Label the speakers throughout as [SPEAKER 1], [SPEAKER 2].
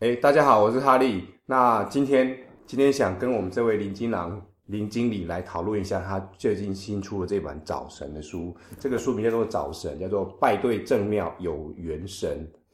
[SPEAKER 1] 哎，大家好，我是哈利。那今天今天想跟我们这位林金郎林经理来讨论一下他最近新出的这本《早神》的书。这个书名叫做《早神》，叫做《拜对正庙有元神》。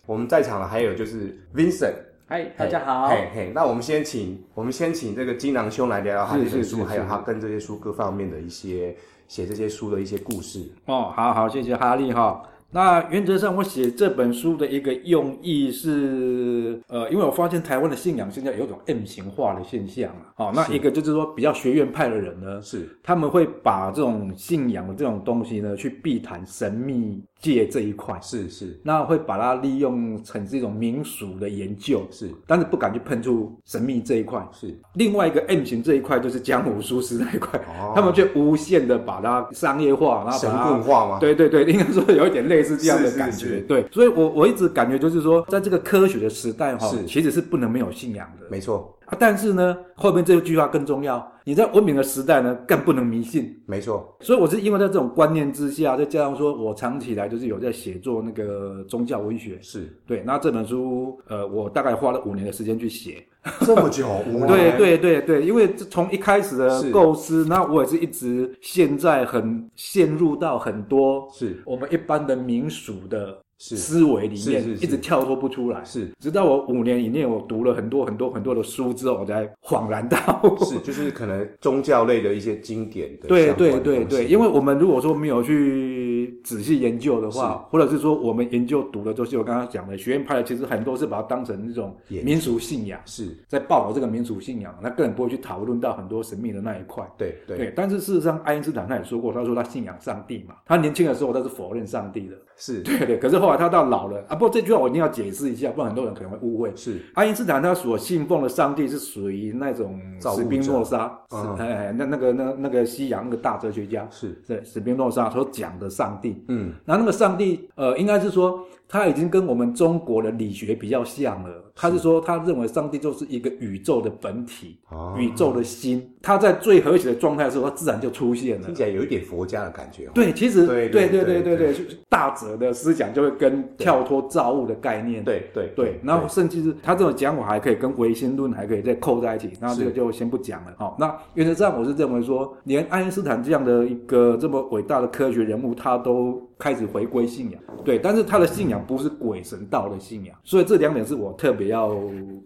[SPEAKER 1] 我们在场的还有就是 Vincent，
[SPEAKER 2] 嗨，大家好。
[SPEAKER 1] 嘿嘿，那我们先请我们先请这个金囊兄来聊聊他
[SPEAKER 2] 是
[SPEAKER 1] 这本
[SPEAKER 2] 是
[SPEAKER 1] 书，
[SPEAKER 2] 是
[SPEAKER 1] 还有
[SPEAKER 2] 是
[SPEAKER 1] 他跟这些书各方面的一些写这些书的一些故事。
[SPEAKER 2] 哦，好好，谢谢哈利哈。那原则上，我写这本书的一个用意是，呃，因为我发现台湾的信仰现在有一种 M 型化的现象啊。好、那一个就是说，比较学院派的人呢，
[SPEAKER 1] 是
[SPEAKER 2] 他们会把这种信仰的这种东西呢，去避谈神秘界这一块，
[SPEAKER 1] 是是
[SPEAKER 2] 那会把它利用成是一种民俗的研究，
[SPEAKER 1] 是
[SPEAKER 2] 但是不敢去碰触神秘这一块。
[SPEAKER 1] 是，
[SPEAKER 2] 另外一个 M 型这一块就是江湖术士那一块，
[SPEAKER 1] 哦
[SPEAKER 2] 他们却无限的把它商业化，然后
[SPEAKER 1] 神
[SPEAKER 2] 把它
[SPEAKER 1] 棍化吗？
[SPEAKER 2] 啊对对 对，应该说有一点类似这样的感觉。
[SPEAKER 1] 是是是
[SPEAKER 2] 对，所以我我一直感觉就是说，在这个科学的时代哈、
[SPEAKER 1] 是
[SPEAKER 2] 其实是不能没有信仰的
[SPEAKER 1] 没错
[SPEAKER 2] 啊。但是呢，后面这句话更重要，你在文明的时代呢，更不能迷信。
[SPEAKER 1] 没错，
[SPEAKER 2] 所以我是因为在这种观念之下，再加上说我长期以来就是有在写作那个宗教文学。
[SPEAKER 1] 是
[SPEAKER 2] 对，那这本书，呃，我大概花了五年的时间去写。
[SPEAKER 1] 这么久，五年
[SPEAKER 2] 对对对对，因为这从一开始
[SPEAKER 1] 是
[SPEAKER 2] 的构思，那我也是一直现在很陷入到很多
[SPEAKER 1] 是
[SPEAKER 2] 我们一般的民俗的
[SPEAKER 1] 是
[SPEAKER 2] 思维里
[SPEAKER 1] 是
[SPEAKER 2] 面，
[SPEAKER 1] 是是
[SPEAKER 2] 一直跳脱不出来。
[SPEAKER 1] 是
[SPEAKER 2] 直到我五年以内，我读了很多很多很多的书之后，我才恍然大悟。
[SPEAKER 1] 是，就是可能宗教类的一些经典的
[SPEAKER 2] 对
[SPEAKER 1] 相关
[SPEAKER 2] 对
[SPEAKER 1] 的
[SPEAKER 2] 对
[SPEAKER 1] 东西
[SPEAKER 2] 对，因为我们如果说没有去仔细研究的话，或者是说我们研究读的都是我刚刚讲的学院派的，其实很多是把它当成一种
[SPEAKER 1] 研
[SPEAKER 2] 民俗信仰，
[SPEAKER 1] 是，
[SPEAKER 2] 在报道这个民俗信仰，那根本不会去讨论到很多神秘的那一块。
[SPEAKER 1] 对对
[SPEAKER 2] 对，但是事实上，爱因斯坦他也说过，他说他信仰上帝嘛，他年轻的时候他是否认上帝的，
[SPEAKER 1] 是
[SPEAKER 2] 对对。可是后来他到老了啊，不过这句话我一定要解释一下，不然很多人可能会误会。
[SPEAKER 1] 是
[SPEAKER 2] 爱因斯坦他所信奉的上帝是属于那种
[SPEAKER 1] 造物
[SPEAKER 2] 史
[SPEAKER 1] 者
[SPEAKER 2] 宾诺莎，是
[SPEAKER 1] 嗯
[SPEAKER 2] 哎，那那个那那个西洋那个大哲学家，
[SPEAKER 1] 是，
[SPEAKER 2] 对，史宾诺莎所讲的上帝。
[SPEAKER 1] 嗯
[SPEAKER 2] 那那个上帝，呃，应该是说他已经跟我们中国的理学比较像了。他是说他认为上帝就是一个宇宙的本体，
[SPEAKER 1] 哦
[SPEAKER 2] 宇宙的心，他在最和谐的状态的时候，他自然就出现了
[SPEAKER 1] 听。起来有一点佛家的感觉哦，
[SPEAKER 2] 对，其实
[SPEAKER 1] 对
[SPEAKER 2] 对
[SPEAKER 1] 对对
[SPEAKER 2] 对对对，就是大哲的思想就会跟跳脱造物的概念，
[SPEAKER 1] 对对
[SPEAKER 2] 对，然后甚至是他这种讲法还可以跟唯心论还可以再扣在一起，那这个就先不讲了。好、那原则上我是认为说，连爱因斯坦这样的一个这么伟大的科学人物，他都开始回归信仰。对，但是他的信仰不是鬼神道的信仰，所以这两点是我特别要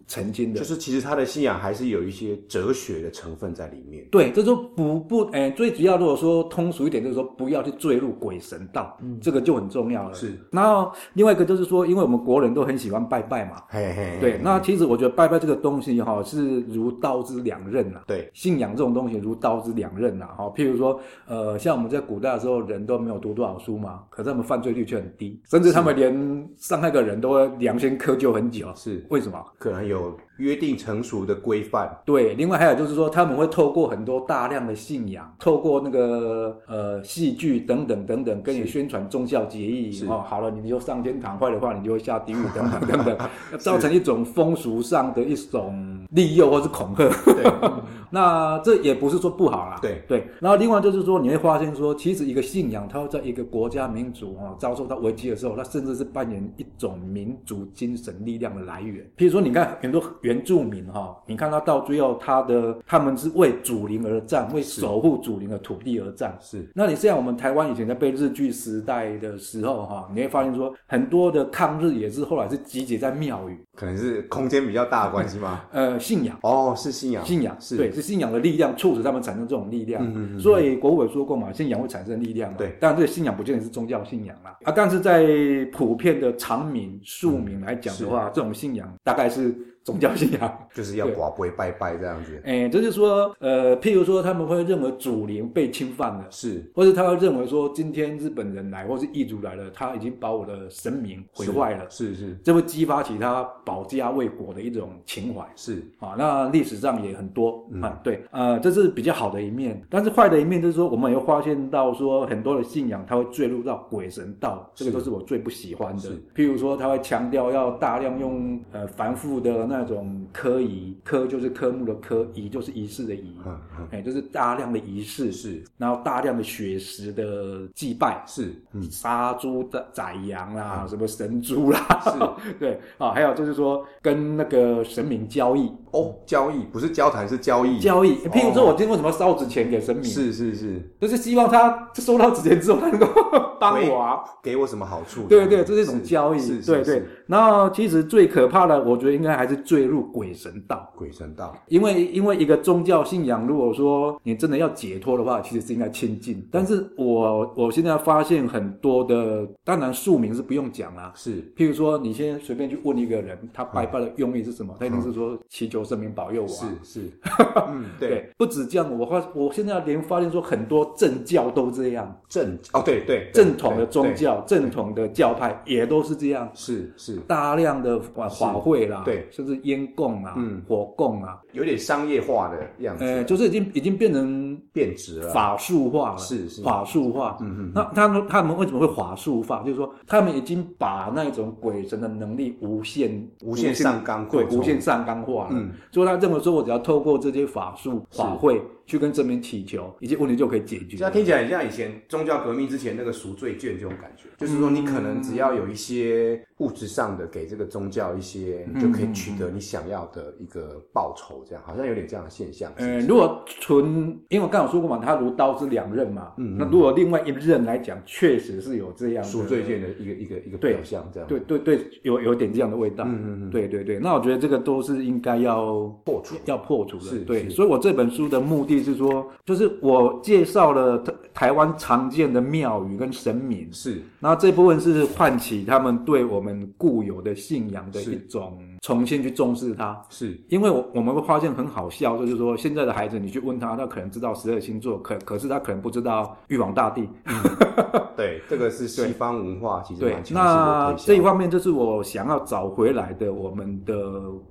[SPEAKER 2] 澄清的。
[SPEAKER 1] 就是其实他的信仰还是有一些哲学的成分在里面，
[SPEAKER 2] 对，这就不不，哎、最主要如果说通俗一点，就是说不要去坠入鬼神道，这个就很重要了。
[SPEAKER 1] 是，
[SPEAKER 2] 然后另外一个就是说，因为我们国人都很喜欢拜拜嘛，
[SPEAKER 1] 嘿嘿，嘿
[SPEAKER 2] 对，那其实我觉得拜拜这个东西哈、是如刀之两刃啊。
[SPEAKER 1] 对
[SPEAKER 2] 信仰这种东西如刀之两刃呐、啊，哈、譬如说，呃，像我们在古代的时候，人都没有读多少书嘛，可是他们犯罪率却很低，甚至他们连伤害个人都会良心苛究很久，
[SPEAKER 1] 是
[SPEAKER 2] 为什么？
[SPEAKER 1] 可能有约定成熟的规范，
[SPEAKER 2] 对，另外还有就是说，他们会透过很多大量的信仰，透过那个呃戏剧等等等等，跟你宣传忠孝节义
[SPEAKER 1] 是
[SPEAKER 2] 哦。好了，你就上天堂；坏的话，你就会下地狱等 等等等，造成一种风俗上的一种利诱或是恐吓。
[SPEAKER 1] 对
[SPEAKER 2] 那这也不是说不好啦，
[SPEAKER 1] 对
[SPEAKER 2] 对。然后另外就是说，你会发现说，其实一个信仰，它会在一个国家民族哦遭受到危机的时候，它甚至是扮演一种民族精神力量的来源。譬如说，你看很多原住民哈、你看他到最后，他的他们是为祖灵而战，为守护祖灵的土地而战。
[SPEAKER 1] 是
[SPEAKER 2] 那你像我们台湾以前在被日据时代的时候哈、你会发现说，很多的抗日也是后来是集结在庙宇，
[SPEAKER 1] 可能是空间比较大的关系 吗？
[SPEAKER 2] 呃，信仰。
[SPEAKER 1] 哦，是信仰，
[SPEAKER 2] 信仰
[SPEAKER 1] 是
[SPEAKER 2] 对，是信仰的力量促使他们产生这种力量。
[SPEAKER 1] 嗯嗯嗯
[SPEAKER 2] 所以国委说过嘛，信仰会产生力量嘛。
[SPEAKER 1] 对
[SPEAKER 2] 当然这个信仰不见得是宗教信仰啦啊，但是在普遍的常民庶民来讲的
[SPEAKER 1] 嗯
[SPEAKER 2] 话，这种信仰大概是宗教信仰。
[SPEAKER 1] 就是要寡不拜拜这样子，
[SPEAKER 2] 哎，就是说，呃，譬如说他们会认为祖灵被侵犯了。
[SPEAKER 1] 是
[SPEAKER 2] 或者他会认为说，今天日本人来，或是异族来了，他已经把我的神明毁坏了，
[SPEAKER 1] 是是
[SPEAKER 2] 这会激发起他保家卫国的一种情怀。
[SPEAKER 1] 是
[SPEAKER 2] 啊，那历史上也很多、
[SPEAKER 1] 嗯
[SPEAKER 2] 啊，对，呃，这是比较好的一面，但是坏的一面就是说，我们也会发现到说，很多的信仰它会坠入到鬼神道，这个
[SPEAKER 1] 是
[SPEAKER 2] 都是我最不喜欢的
[SPEAKER 1] 是。
[SPEAKER 2] 譬如说，他会强调要大量用呃繁复的那那种科仪，科就是科目的科，仪就是仪式的仪，
[SPEAKER 1] 嗯嗯
[SPEAKER 2] 哎，就是大量的仪式，
[SPEAKER 1] 是
[SPEAKER 2] 然后大量的血食的祭拜，
[SPEAKER 1] 是，嗯
[SPEAKER 2] 杀猪的宰羊啦，什么神猪啦， 对啊，还有就是说跟那个神明交易，
[SPEAKER 1] 哦，交易不是交谈是交易，
[SPEAKER 2] 交易，譬如说
[SPEAKER 1] 哦
[SPEAKER 2] 我今天为什么要烧纸钱给神明，
[SPEAKER 1] 是是是，
[SPEAKER 2] 就是希望他收到纸钱之后，他 能够帮我啊，
[SPEAKER 1] 给我什么好处？
[SPEAKER 2] 对对，这是一种交易
[SPEAKER 1] 是，是
[SPEAKER 2] 对对
[SPEAKER 1] 是，。
[SPEAKER 2] 然后其实最可怕的，我觉得应该还是坠入鬼神道，
[SPEAKER 1] 鬼神道
[SPEAKER 2] 因为因为一个宗教信仰，如果说你真的要解脱的话，其实是应该亲
[SPEAKER 1] 嗯
[SPEAKER 2] 近。但是我我现在发现很多的，当然庶民是不用讲啦、
[SPEAKER 1] 是
[SPEAKER 2] 譬如说，你先随便去问一个人，他拜拜的用意是什么？他一定是说祈求神明保佑我、啊。
[SPEAKER 1] 嗯是是， 嗯，对，
[SPEAKER 2] 对，不止这样，我发我现在连发现说很多政教都这样，
[SPEAKER 1] 正哦对对，对
[SPEAKER 2] 正统的
[SPEAKER 1] 对
[SPEAKER 2] 宗
[SPEAKER 1] 对
[SPEAKER 2] 教、正统的教派也都是这样。
[SPEAKER 1] 是是，
[SPEAKER 2] 大量的法法会啦，
[SPEAKER 1] 对
[SPEAKER 2] 甚至烟供啦、
[SPEAKER 1] 嗯
[SPEAKER 2] 火供啦，
[SPEAKER 1] 有点商业化的样子
[SPEAKER 2] 呃，
[SPEAKER 1] 了，
[SPEAKER 2] 就是已经已经变成
[SPEAKER 1] 变质了，
[SPEAKER 2] 法术化了，
[SPEAKER 1] 是是
[SPEAKER 2] 法术化。嗯嗯，那他们他们为什么会法术化？就是说他们已经把那种鬼神的能力无限
[SPEAKER 1] 无限上纲
[SPEAKER 2] 对
[SPEAKER 1] 扩充
[SPEAKER 2] 无限上纲化了。
[SPEAKER 1] 嗯，
[SPEAKER 2] 所以他认为说我只要透过这些法术法会去跟神明祈求，一些问题就可以解决
[SPEAKER 1] 这。样听起来很像以前宗教革命之前那个赎罪券这种感觉，
[SPEAKER 2] 嗯
[SPEAKER 1] 就是说你可能只要有一些物质上的给这个宗教一些，你就可以取得你想要的一个报酬，这样好像有点这样的现象。是
[SPEAKER 2] 呃，如果纯，因为我刚有说过嘛，它如刀是两刃嘛，那如果另外一刃来讲，确实是有这样的
[SPEAKER 1] 嗯赎罪券的一个一个一个
[SPEAKER 2] 对
[SPEAKER 1] 表象，这样
[SPEAKER 2] 对对对，有有点这样的味道。嗯嗯对对对，那我觉得这个都是应该要
[SPEAKER 1] 破除
[SPEAKER 2] 要破除的。
[SPEAKER 1] 是
[SPEAKER 2] 对，
[SPEAKER 1] 是
[SPEAKER 2] 所以我这本书的目的是说，就是我介绍了台台湾常见的庙宇跟神明，
[SPEAKER 1] 是
[SPEAKER 2] 那这部分是唤起他们对我们固有的信仰的
[SPEAKER 1] 是
[SPEAKER 2] 一种重新去重视它。
[SPEAKER 1] 是
[SPEAKER 2] 因为我我们会发现很好笑，就是说现在的孩子，你去问他，他可能知道十二星座，可可是他可能不知道玉皇大帝，
[SPEAKER 1] 对，这个是西方文化其实
[SPEAKER 2] 对
[SPEAKER 1] 蛮，强势
[SPEAKER 2] 那
[SPEAKER 1] 的
[SPEAKER 2] 这
[SPEAKER 1] 推
[SPEAKER 2] 一
[SPEAKER 1] 销。
[SPEAKER 2] 方面就是我想要找回来的我们的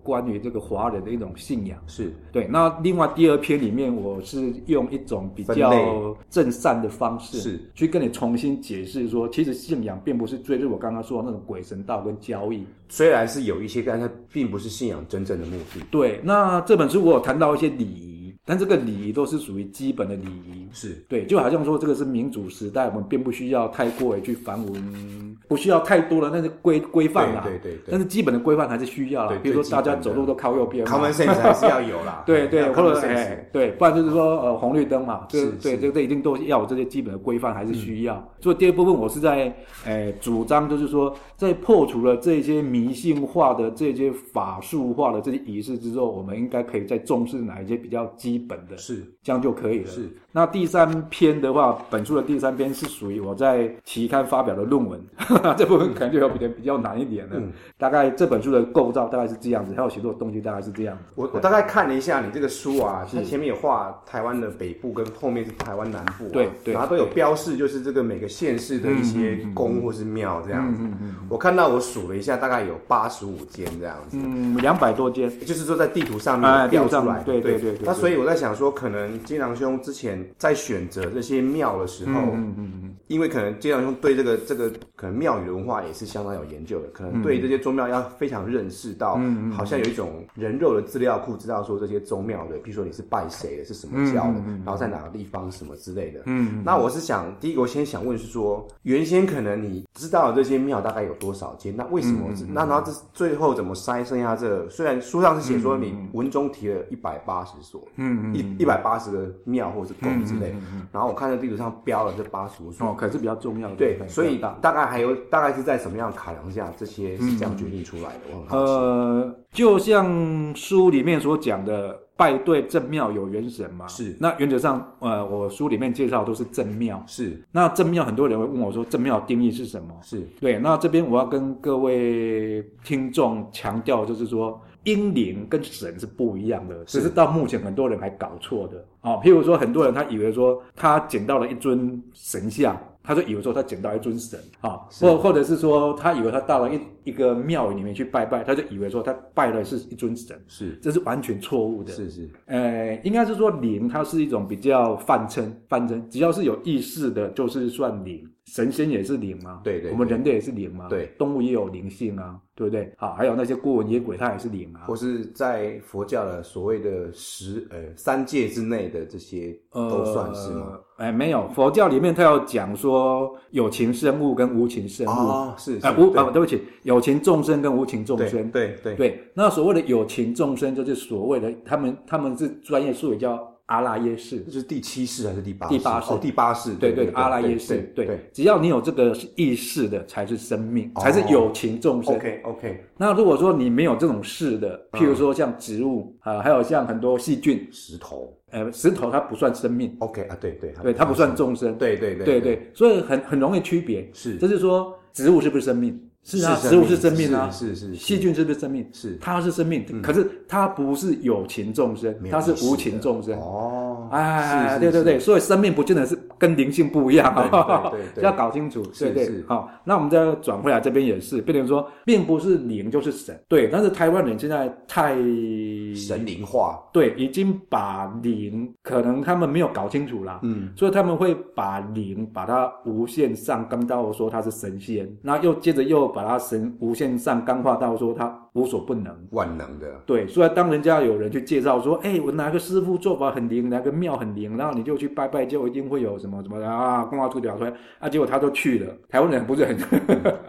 [SPEAKER 2] 关于这个华人的一种信仰。
[SPEAKER 1] 是
[SPEAKER 2] 对，那另外第二篇里面，我是用一种比
[SPEAKER 1] 分
[SPEAKER 2] 较
[SPEAKER 1] 类
[SPEAKER 2] 正善的方式，
[SPEAKER 1] 是
[SPEAKER 2] 去跟你重新解释说，其实信仰并不是追入我刚刚说的那种鬼神道跟交易。
[SPEAKER 1] 虽然是有一些，但它并不是信仰真正的目的。
[SPEAKER 2] 对，那这本书我有谈到一些礼仪，但这个礼仪都是属于基本的礼仪，
[SPEAKER 1] 是
[SPEAKER 2] 对，就好像说这个是民主时代，我们并不需要太过于去繁文，不需要太多的那些规规范啦。
[SPEAKER 1] 对对对对
[SPEAKER 2] 但是基本的规范还是需要啦
[SPEAKER 1] 对。
[SPEAKER 2] 比
[SPEAKER 1] 最
[SPEAKER 2] 如说
[SPEAKER 1] 基
[SPEAKER 2] 大
[SPEAKER 1] 本
[SPEAKER 2] 家
[SPEAKER 1] 的
[SPEAKER 2] 走路都靠右边嘛。
[SPEAKER 1] common sense 还是要有啦。
[SPEAKER 2] 对对，
[SPEAKER 1] 要
[SPEAKER 2] 或
[SPEAKER 1] common
[SPEAKER 2] 者
[SPEAKER 1] sense
[SPEAKER 2] 哎，对，不然就是说呃红绿灯嘛，这
[SPEAKER 1] 是
[SPEAKER 2] 对
[SPEAKER 1] 是嗯
[SPEAKER 2] 这这一定都要有这些基本的规范，还是需要。所以第二部分我是在呃主张，就是说在破除了这些迷信化的、这些法术化的这些仪式之后，我们应该可以再重视哪一些比较基本的
[SPEAKER 1] 是
[SPEAKER 2] 这样就可以了。
[SPEAKER 1] 是。
[SPEAKER 2] 那第三篇的话，本书的第三篇是属于我在期刊发表的论文， 这部分可能就有比较比较难一点了。
[SPEAKER 1] 嗯
[SPEAKER 2] 大概这本书的构造大概是这样子，还有写作东西大概是这样子。
[SPEAKER 1] 我我大概看了一下你这个书啊，它前面有画台湾的北部，跟后面是台湾南部啊、
[SPEAKER 2] 对对嗯
[SPEAKER 1] 然后都有标示，就是这个每个县市的一些宫或是庙这样子。我看到我数了一下，大概有八十五间这样子。
[SPEAKER 2] 嗯，两百多间。
[SPEAKER 1] 就是说在地图上
[SPEAKER 2] 哎
[SPEAKER 1] 面
[SPEAKER 2] 地图
[SPEAKER 1] 标
[SPEAKER 2] 上
[SPEAKER 1] 出来的，
[SPEAKER 2] 对对对对
[SPEAKER 1] 那
[SPEAKER 2] 对
[SPEAKER 1] 所以我在想说，可能金良兄之前在选择这些庙的时候，嗯嗯嗯，因为可能金良兄对这个这个可能庙宇文化也是相当有研究的，可
[SPEAKER 2] 嗯
[SPEAKER 1] 能对这些宗庙要非常认识到，好像有一种人肉的资料库，知道说这些宗庙的，比如说你是拜谁的，是什么教的，
[SPEAKER 2] 嗯
[SPEAKER 1] 然后在哪个地方什么之类的。嗯，那我是想，第一个我先想问是说，原先可能你知道这些庙大概有多少间，那为什么是、那然后这最后怎么筛剩下这？虽然书上是写说你文中提了一百八十所，嗯一一百八十个庙或者是宫之类，然后我看到地图上标了这八十所，
[SPEAKER 2] 哦，可是比较重要的。
[SPEAKER 1] 嗯对，所以
[SPEAKER 2] 比较
[SPEAKER 1] 大
[SPEAKER 2] 大
[SPEAKER 1] 概还有大概是在什么样的考量下，这些是这样决定出来的？我很好奇。
[SPEAKER 2] 呃，就像书里面所讲的，拜对正庙有元神嘛。
[SPEAKER 1] 是
[SPEAKER 2] 那原则上，呃，我书里面介绍都是正庙。
[SPEAKER 1] 是
[SPEAKER 2] 那正庙很多人会问我说，正庙的定义是什么？
[SPEAKER 1] 是
[SPEAKER 2] 对，那这边我要跟各位听众强调，就是说英灵跟神是不一样的，只是到目前很多人还搞错的哦。譬如说，很多人他以为说他捡到了一尊神像。他就以为说他捡到一尊神啊，或或者是说他以为他到了一一个庙宇里面去拜拜，他就以为说他拜的是一尊神，
[SPEAKER 1] 是
[SPEAKER 2] 这是完全错误的。
[SPEAKER 1] 是是
[SPEAKER 2] 呃，应该是说灵，它是一种比较泛称，泛称，只要是有意识的，就是算灵。神仙也是灵嘛，
[SPEAKER 1] 对对
[SPEAKER 2] 我们
[SPEAKER 1] 对
[SPEAKER 2] 人类也是灵嘛，啊
[SPEAKER 1] 对
[SPEAKER 2] 动物也有灵性啊，对不对？好，还有那些孤魂野鬼，它也是灵啊
[SPEAKER 1] 或。是在佛教的所谓的十呃三界之内的这些都算是吗？
[SPEAKER 2] 呃？哎，没有，佛教里面它有讲说有情生物跟无情生物，
[SPEAKER 1] 哦，是是
[SPEAKER 2] 啊无
[SPEAKER 1] 对
[SPEAKER 2] 啊，对不起，有情众生跟无情众
[SPEAKER 1] 对
[SPEAKER 2] 生。
[SPEAKER 1] 对对
[SPEAKER 2] 对，那所谓的有情众生，就是所谓的他们，他们是专业术语叫阿拉耶识
[SPEAKER 1] 这。是第七世还是第八
[SPEAKER 2] 第八世
[SPEAKER 1] 哦，第八世，
[SPEAKER 2] 对对，阿拉耶识，
[SPEAKER 1] 对哦
[SPEAKER 2] 对，只要你有这个意识的，才是生命，才是有情众生。
[SPEAKER 1] OK 嗯 OK，
[SPEAKER 2] 那如果说你没有这种事的，譬如说像植物啊、呃还有像很多细菌，
[SPEAKER 1] 石头
[SPEAKER 2] 呃，石头它不算生命，
[SPEAKER 1] OK 啊，对对
[SPEAKER 2] 对，它不算众生，
[SPEAKER 1] 对对对
[SPEAKER 2] 对对，所以很很容易区别。
[SPEAKER 1] 是
[SPEAKER 2] 就是说植物是不是生命？是啊，
[SPEAKER 1] 生
[SPEAKER 2] 植物是生命啊，
[SPEAKER 1] 是是是
[SPEAKER 2] 细菌是不是生命？
[SPEAKER 1] 是嗯
[SPEAKER 2] 它是生命，可是它不是有情众生，
[SPEAKER 1] 没有
[SPEAKER 2] 它是
[SPEAKER 1] 意识的
[SPEAKER 2] 无情众生。
[SPEAKER 1] 哦，
[SPEAKER 2] 哎，
[SPEAKER 1] 是
[SPEAKER 2] 对对，对，所以生命不见得是跟灵性不一样
[SPEAKER 1] 对
[SPEAKER 2] 啊，
[SPEAKER 1] 对对对
[SPEAKER 2] 要搞清楚，对
[SPEAKER 1] 是
[SPEAKER 2] 对
[SPEAKER 1] 是。
[SPEAKER 2] 好，那我们再转回来这边也是，变成说，并不是灵就是神，对。但是台湾人现在太
[SPEAKER 1] 是是神灵化，
[SPEAKER 2] 对，已经把灵可能他们没有搞清楚啦，
[SPEAKER 1] 嗯，
[SPEAKER 2] 所以他们会把灵把它无限上纲到说它是神仙，那又接着又把它神无限上纲化到说它无所不能。
[SPEAKER 1] 万能的，
[SPEAKER 2] 对，所以当人家有人去介绍说，哎，我哪个师傅做法很灵，哪个庙很灵，然后你就去拜拜，就一定会有什么什么啊，光华出表来啊，结果他都去了。台湾人不 是很，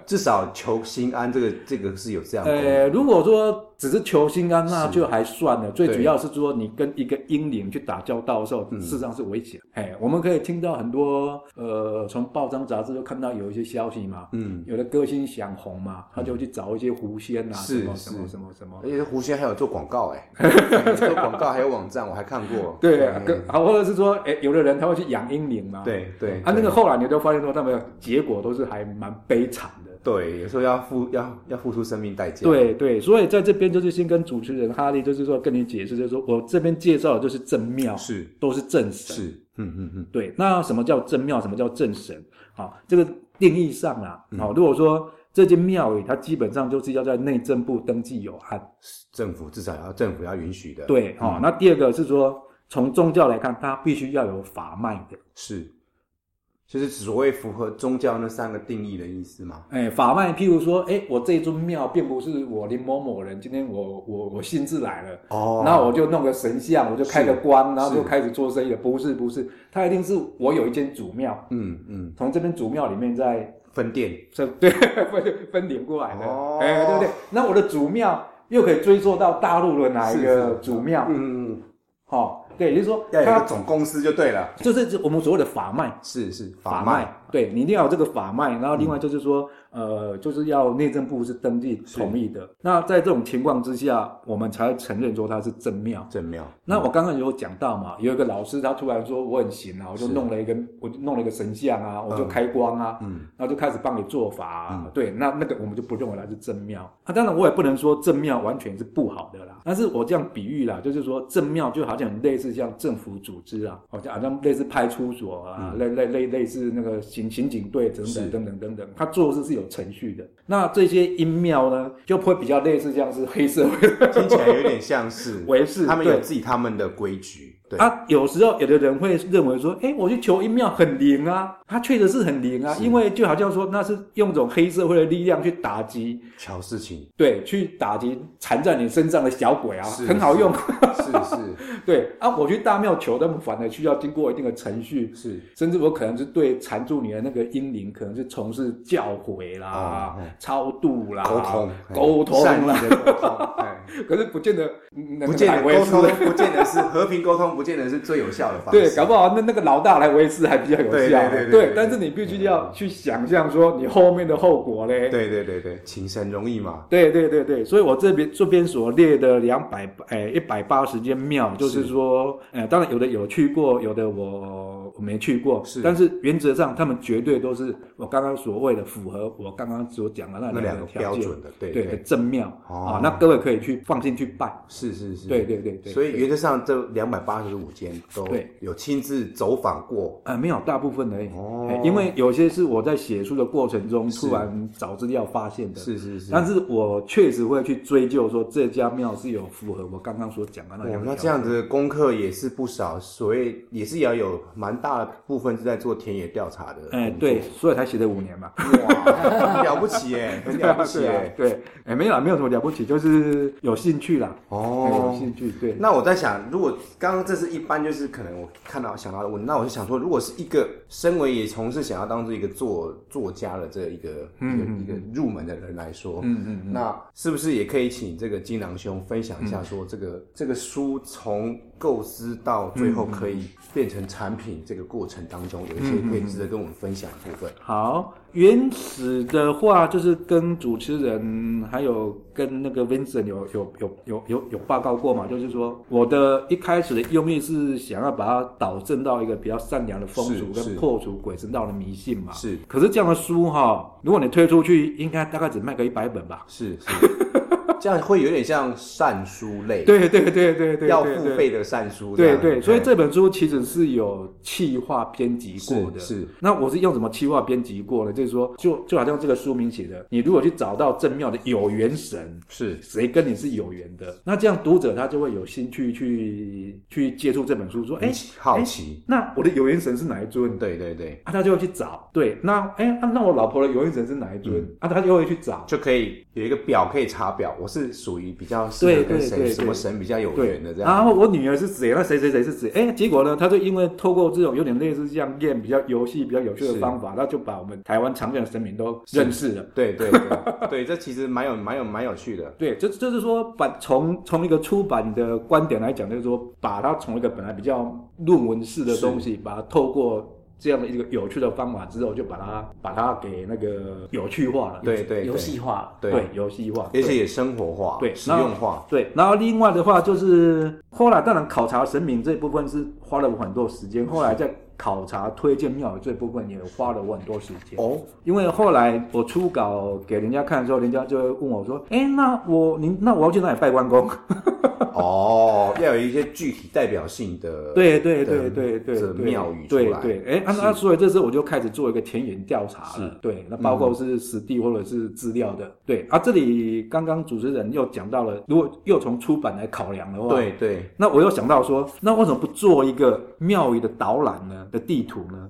[SPEAKER 1] 至少求心安这个这个是有这样的，
[SPEAKER 2] 呃，如果说只是求心安，那就还算了。最
[SPEAKER 1] 对
[SPEAKER 2] 主要是说你跟一个英灵去打交道的时候，
[SPEAKER 1] 嗯
[SPEAKER 2] 事实上是危险。哎，我们可以听到很多呃，从报章杂志就看到有一些消息嘛，
[SPEAKER 1] 嗯，
[SPEAKER 2] 有的歌星想红嘛，他就去找一些狐仙啊，什
[SPEAKER 1] 是
[SPEAKER 2] 么
[SPEAKER 1] 是
[SPEAKER 2] 什么什么什么
[SPEAKER 1] 而。且狐仙还有做广告 哎，做广告还有网站我还看过，
[SPEAKER 2] 对啊
[SPEAKER 1] 哎，
[SPEAKER 2] 跟好，或者是说，哎，有的人他会去养英灵嘛，
[SPEAKER 1] 对对
[SPEAKER 2] 啊，那个后来你就发现说，他们的结果都是还蛮悲惨的。
[SPEAKER 1] 对，有时候要付要要付出生命代价，
[SPEAKER 2] 对对，所以在这边就是先跟主持人哈利，就是说跟你解释，就是说我这边介绍的就是正庙，
[SPEAKER 1] 是
[SPEAKER 2] 都是正神。
[SPEAKER 1] 是，嗯嗯嗯，
[SPEAKER 2] 对，那什么叫正庙？什么叫正神？好、这个定义上啦，
[SPEAKER 1] 嗯
[SPEAKER 2] 好、如果说这间庙宇它基本上就是要在内政部登记有案，
[SPEAKER 1] 政府至少要政府要允许的，，
[SPEAKER 2] 对，好、那第二个是说，从宗教来看，它必须要有法脉的。
[SPEAKER 1] 是，就是所谓符合宗教那三个定义的意思嘛，
[SPEAKER 2] 哎，法脉，譬如说，哎，我这尊庙并不是我林某某人，今天我我我兴致来了，
[SPEAKER 1] 哦
[SPEAKER 2] 然后我就弄个神像，我就开个光，然后就是开始做生意了。不是不是，他一定是我有一间主庙，
[SPEAKER 1] 嗯嗯，
[SPEAKER 2] 从这边主庙里面再
[SPEAKER 1] 分店
[SPEAKER 2] 这对分分领过来的，
[SPEAKER 1] 哦
[SPEAKER 2] 哎，对不对？那我的主庙又可以追溯到大陆的哪一
[SPEAKER 1] 是
[SPEAKER 2] 个
[SPEAKER 1] 是
[SPEAKER 2] 主庙？
[SPEAKER 1] 嗯，嗯
[SPEAKER 2] 哦，对，也就是说
[SPEAKER 1] 嗯，要有一
[SPEAKER 2] 它
[SPEAKER 1] 个总公司就对了，
[SPEAKER 2] 就是我们所谓的法脉，
[SPEAKER 1] 是是法
[SPEAKER 2] 法脉
[SPEAKER 1] 脉，，
[SPEAKER 2] 对你一定要有这个法脉。然后另外就是说，呃，就是要内政部是登记同意的。那在这种情况之下，我们才会承认说它是正庙。
[SPEAKER 1] 正庙，
[SPEAKER 2] 那我刚刚有讲到嘛，有一个老师他突然说我很行啊，我就是弄了一个，我就弄了一个神像啊，我就开光啊，
[SPEAKER 1] 嗯，
[SPEAKER 2] 然后就开始帮你做法、啊，
[SPEAKER 1] 嗯
[SPEAKER 2] 对，那那个我们就不认为它是正庙啊。当然我也不能说正庙完全是不好的啦，但是我这样比喻啦，就是说正庙就好像很类似像政府组织啊，好像好像类似派出所啊，类类类类似那个刑刑警队等
[SPEAKER 1] 嗯是
[SPEAKER 2] 等等等等等，他做事是有程序的。那这些阴庙呢，就会比较类似像是黑社会的
[SPEAKER 1] 听起来有点像 是
[SPEAKER 2] 维士
[SPEAKER 1] 他们有
[SPEAKER 2] 对
[SPEAKER 1] 自己他们的规矩，对，
[SPEAKER 2] 啊，有时候有的人会认为说，哎，我去求一庙很灵啊，它确实是很灵啊，因为就好像说那是用一种黑社会的力量去打击，
[SPEAKER 1] 瞧事情
[SPEAKER 2] 对，去打击缠在你身上的小鬼啊，
[SPEAKER 1] 是
[SPEAKER 2] 很好用。
[SPEAKER 1] 是
[SPEAKER 2] 对啊，我去大庙求，他们反而需要经过一定的程序
[SPEAKER 1] 是。 是，
[SPEAKER 2] 甚至我可能是对缠住你的那个阴灵，可能是从事教诲啦、
[SPEAKER 1] 哦哦
[SPEAKER 2] 超度啦、
[SPEAKER 1] 沟通哎
[SPEAKER 2] 沟通
[SPEAKER 1] 善意
[SPEAKER 2] 啦。
[SPEAKER 1] 的沟 通，哎。
[SPEAKER 2] 可是不见得，嗯那个
[SPEAKER 1] 不见
[SPEAKER 2] 来
[SPEAKER 1] 得
[SPEAKER 2] 维
[SPEAKER 1] 沟
[SPEAKER 2] 持
[SPEAKER 1] 通，不见得是和平沟通，不见得是最有效的方式。
[SPEAKER 2] 对，搞不好那那个老大来维持还比较有效。啊
[SPEAKER 1] 对对对对对
[SPEAKER 2] 但是你必须要去想象说你后面的后果嘞。
[SPEAKER 1] 对对对对，请神容易嘛，
[SPEAKER 2] 对对对对所以我这边这边所列的两百哎一百八十间庙，就是说，呃，当然有的有去过，有的我我没去过，
[SPEAKER 1] 是
[SPEAKER 2] 但是原则上他们绝对都是我刚刚所谓的符合我刚刚所讲的
[SPEAKER 1] 那
[SPEAKER 2] 那
[SPEAKER 1] 两
[SPEAKER 2] 两
[SPEAKER 1] 个
[SPEAKER 2] 个
[SPEAKER 1] 标
[SPEAKER 2] 条件，
[SPEAKER 1] 准的，对
[SPEAKER 2] 对，正庙
[SPEAKER 1] 哦
[SPEAKER 2] 啊，那各位可以去放心去拜，
[SPEAKER 1] 是是是，
[SPEAKER 2] 对对对对，
[SPEAKER 1] 所以原则上这两百八十五间都
[SPEAKER 2] 对
[SPEAKER 1] 有亲自走访过，
[SPEAKER 2] 呃，没有，大部分而已。
[SPEAKER 1] 哦
[SPEAKER 2] 哎因为有些是我在写书的过程中
[SPEAKER 1] 是
[SPEAKER 2] 突然找资料发现的。
[SPEAKER 1] 是是是。哦
[SPEAKER 2] 但是我确实会去追究说这家庙是有符合我刚刚所讲的那
[SPEAKER 1] 哦
[SPEAKER 2] 两，
[SPEAKER 1] 那
[SPEAKER 2] 个条
[SPEAKER 1] 这样子的功课也是不少，所谓也是要有蛮大的部分是在做田野调查 的。
[SPEAKER 2] 哎，对，，所以才写了五年嘛。
[SPEAKER 1] 哇，了不起耶，很了不 起欸
[SPEAKER 2] 对啊
[SPEAKER 1] 耶。
[SPEAKER 2] 对，哎，没有啦，没有什么了不起，就是有兴趣啦，哎有
[SPEAKER 1] 哦，
[SPEAKER 2] 兴趣，对，
[SPEAKER 1] 那我在想，如果刚刚这是一般，就是可能我看到想到的问题，那我就想说，如果是一个身为也从事想要当做一个作作家的这一个、
[SPEAKER 2] 嗯
[SPEAKER 1] 一个一个入门的人来说，
[SPEAKER 2] 嗯嗯嗯，
[SPEAKER 1] 那是不是也可以请这个金囊兄分享一下，说这个、这个书从构思到最
[SPEAKER 2] 嗯
[SPEAKER 1] 后可以变成产品这个过程当中，有一些
[SPEAKER 2] 嗯
[SPEAKER 1] 可以值得跟我们分享的部分？
[SPEAKER 2] 好，原始的话就是跟主持人还有跟那个 Vincent 有有有有有有报告过嘛，就是说我的一开始的用意是想要把它导正到一个比较善良的风
[SPEAKER 1] 是
[SPEAKER 2] 俗，
[SPEAKER 1] 是
[SPEAKER 2] 跟破除鬼神道的迷信嘛。
[SPEAKER 1] 是
[SPEAKER 2] 可是这样的书哈、如果你推出去，应该大概只卖个一百本吧？
[SPEAKER 1] 是是， 这样会有点像善书类，
[SPEAKER 2] 对对对对对，
[SPEAKER 1] 要
[SPEAKER 2] 对
[SPEAKER 1] 付。费的善书这
[SPEAKER 2] 对
[SPEAKER 1] 样，
[SPEAKER 2] 对对，所以
[SPEAKER 1] 哎
[SPEAKER 2] 这本书其实是有企划编辑过的。
[SPEAKER 1] 是是
[SPEAKER 2] 那我是用什么企划编辑过呢？就是说，就就好像这个书名写的，你如果去找到正庙的有缘神，
[SPEAKER 1] 是
[SPEAKER 2] 谁跟你是有缘的，那这样读者他就会有兴趣去去接触这本书，说，哎
[SPEAKER 1] 很，好奇，
[SPEAKER 2] 那我的有缘神是哪一尊？
[SPEAKER 1] 对对对，
[SPEAKER 2] 啊，他就会去找。对，那哎、啊那我老婆的有缘神是哪一尊？
[SPEAKER 1] 嗯
[SPEAKER 2] 啊，他就会去找。
[SPEAKER 1] 就可以有一个表可以查表，我是属于比较适合
[SPEAKER 2] 对
[SPEAKER 1] 跟
[SPEAKER 2] 对对
[SPEAKER 1] 神
[SPEAKER 2] 对
[SPEAKER 1] 什么神比较有
[SPEAKER 2] 对
[SPEAKER 1] 缘的这
[SPEAKER 2] 然
[SPEAKER 1] 样，
[SPEAKER 2] 后我女儿是谁？那谁谁谁是谁？哎，结果呢，他就因为透过这种有点类似像 game 比较游戏、比较有趣的
[SPEAKER 1] 是
[SPEAKER 2] 方法，那就把我们台湾常见的神明都认识了。
[SPEAKER 1] 对对对 对，这其实蛮有蛮有蛮有趣的，
[SPEAKER 2] 对，就就是说，把从从一个出版的观点来讲，就是说，把它从一个本来比较论文式的东西，把它透过这样的一个有趣的方法之后，就把它把它给那个有趣化了。
[SPEAKER 1] 对对
[SPEAKER 3] 游
[SPEAKER 1] 对，
[SPEAKER 3] 戏化，
[SPEAKER 1] 对
[SPEAKER 2] 对，游戏化，
[SPEAKER 1] 而且也生活化，
[SPEAKER 2] 对
[SPEAKER 1] 实用化，
[SPEAKER 2] 对，然后另外的话就是后来当然考察神明这部分是花了我很多时间，后来在考察推荐庙宇这部分也花了我很多时间。
[SPEAKER 1] 哦，
[SPEAKER 2] 因为后来我初稿给人家看的时候，人家就会问我说：“哎，那我您那我要去哪里拜关公
[SPEAKER 1] 哦，要有一些具体代表性的，？”
[SPEAKER 2] 对对
[SPEAKER 1] 对
[SPEAKER 2] 对对对
[SPEAKER 1] 这
[SPEAKER 2] 对，
[SPEAKER 1] 庙宇出
[SPEAKER 2] 对
[SPEAKER 1] 来
[SPEAKER 2] 对，哎，啊那那所以这时候我就开始做一个田野调查了。对，
[SPEAKER 1] 嗯
[SPEAKER 2] 那包括是实地或者是资料的。对啊，这里刚刚主持人又讲到了，如果又从出版来考量的话，
[SPEAKER 1] 对对，
[SPEAKER 2] 那我又想到说，那为什么不做一个庙宇的导览呢？的地图呢？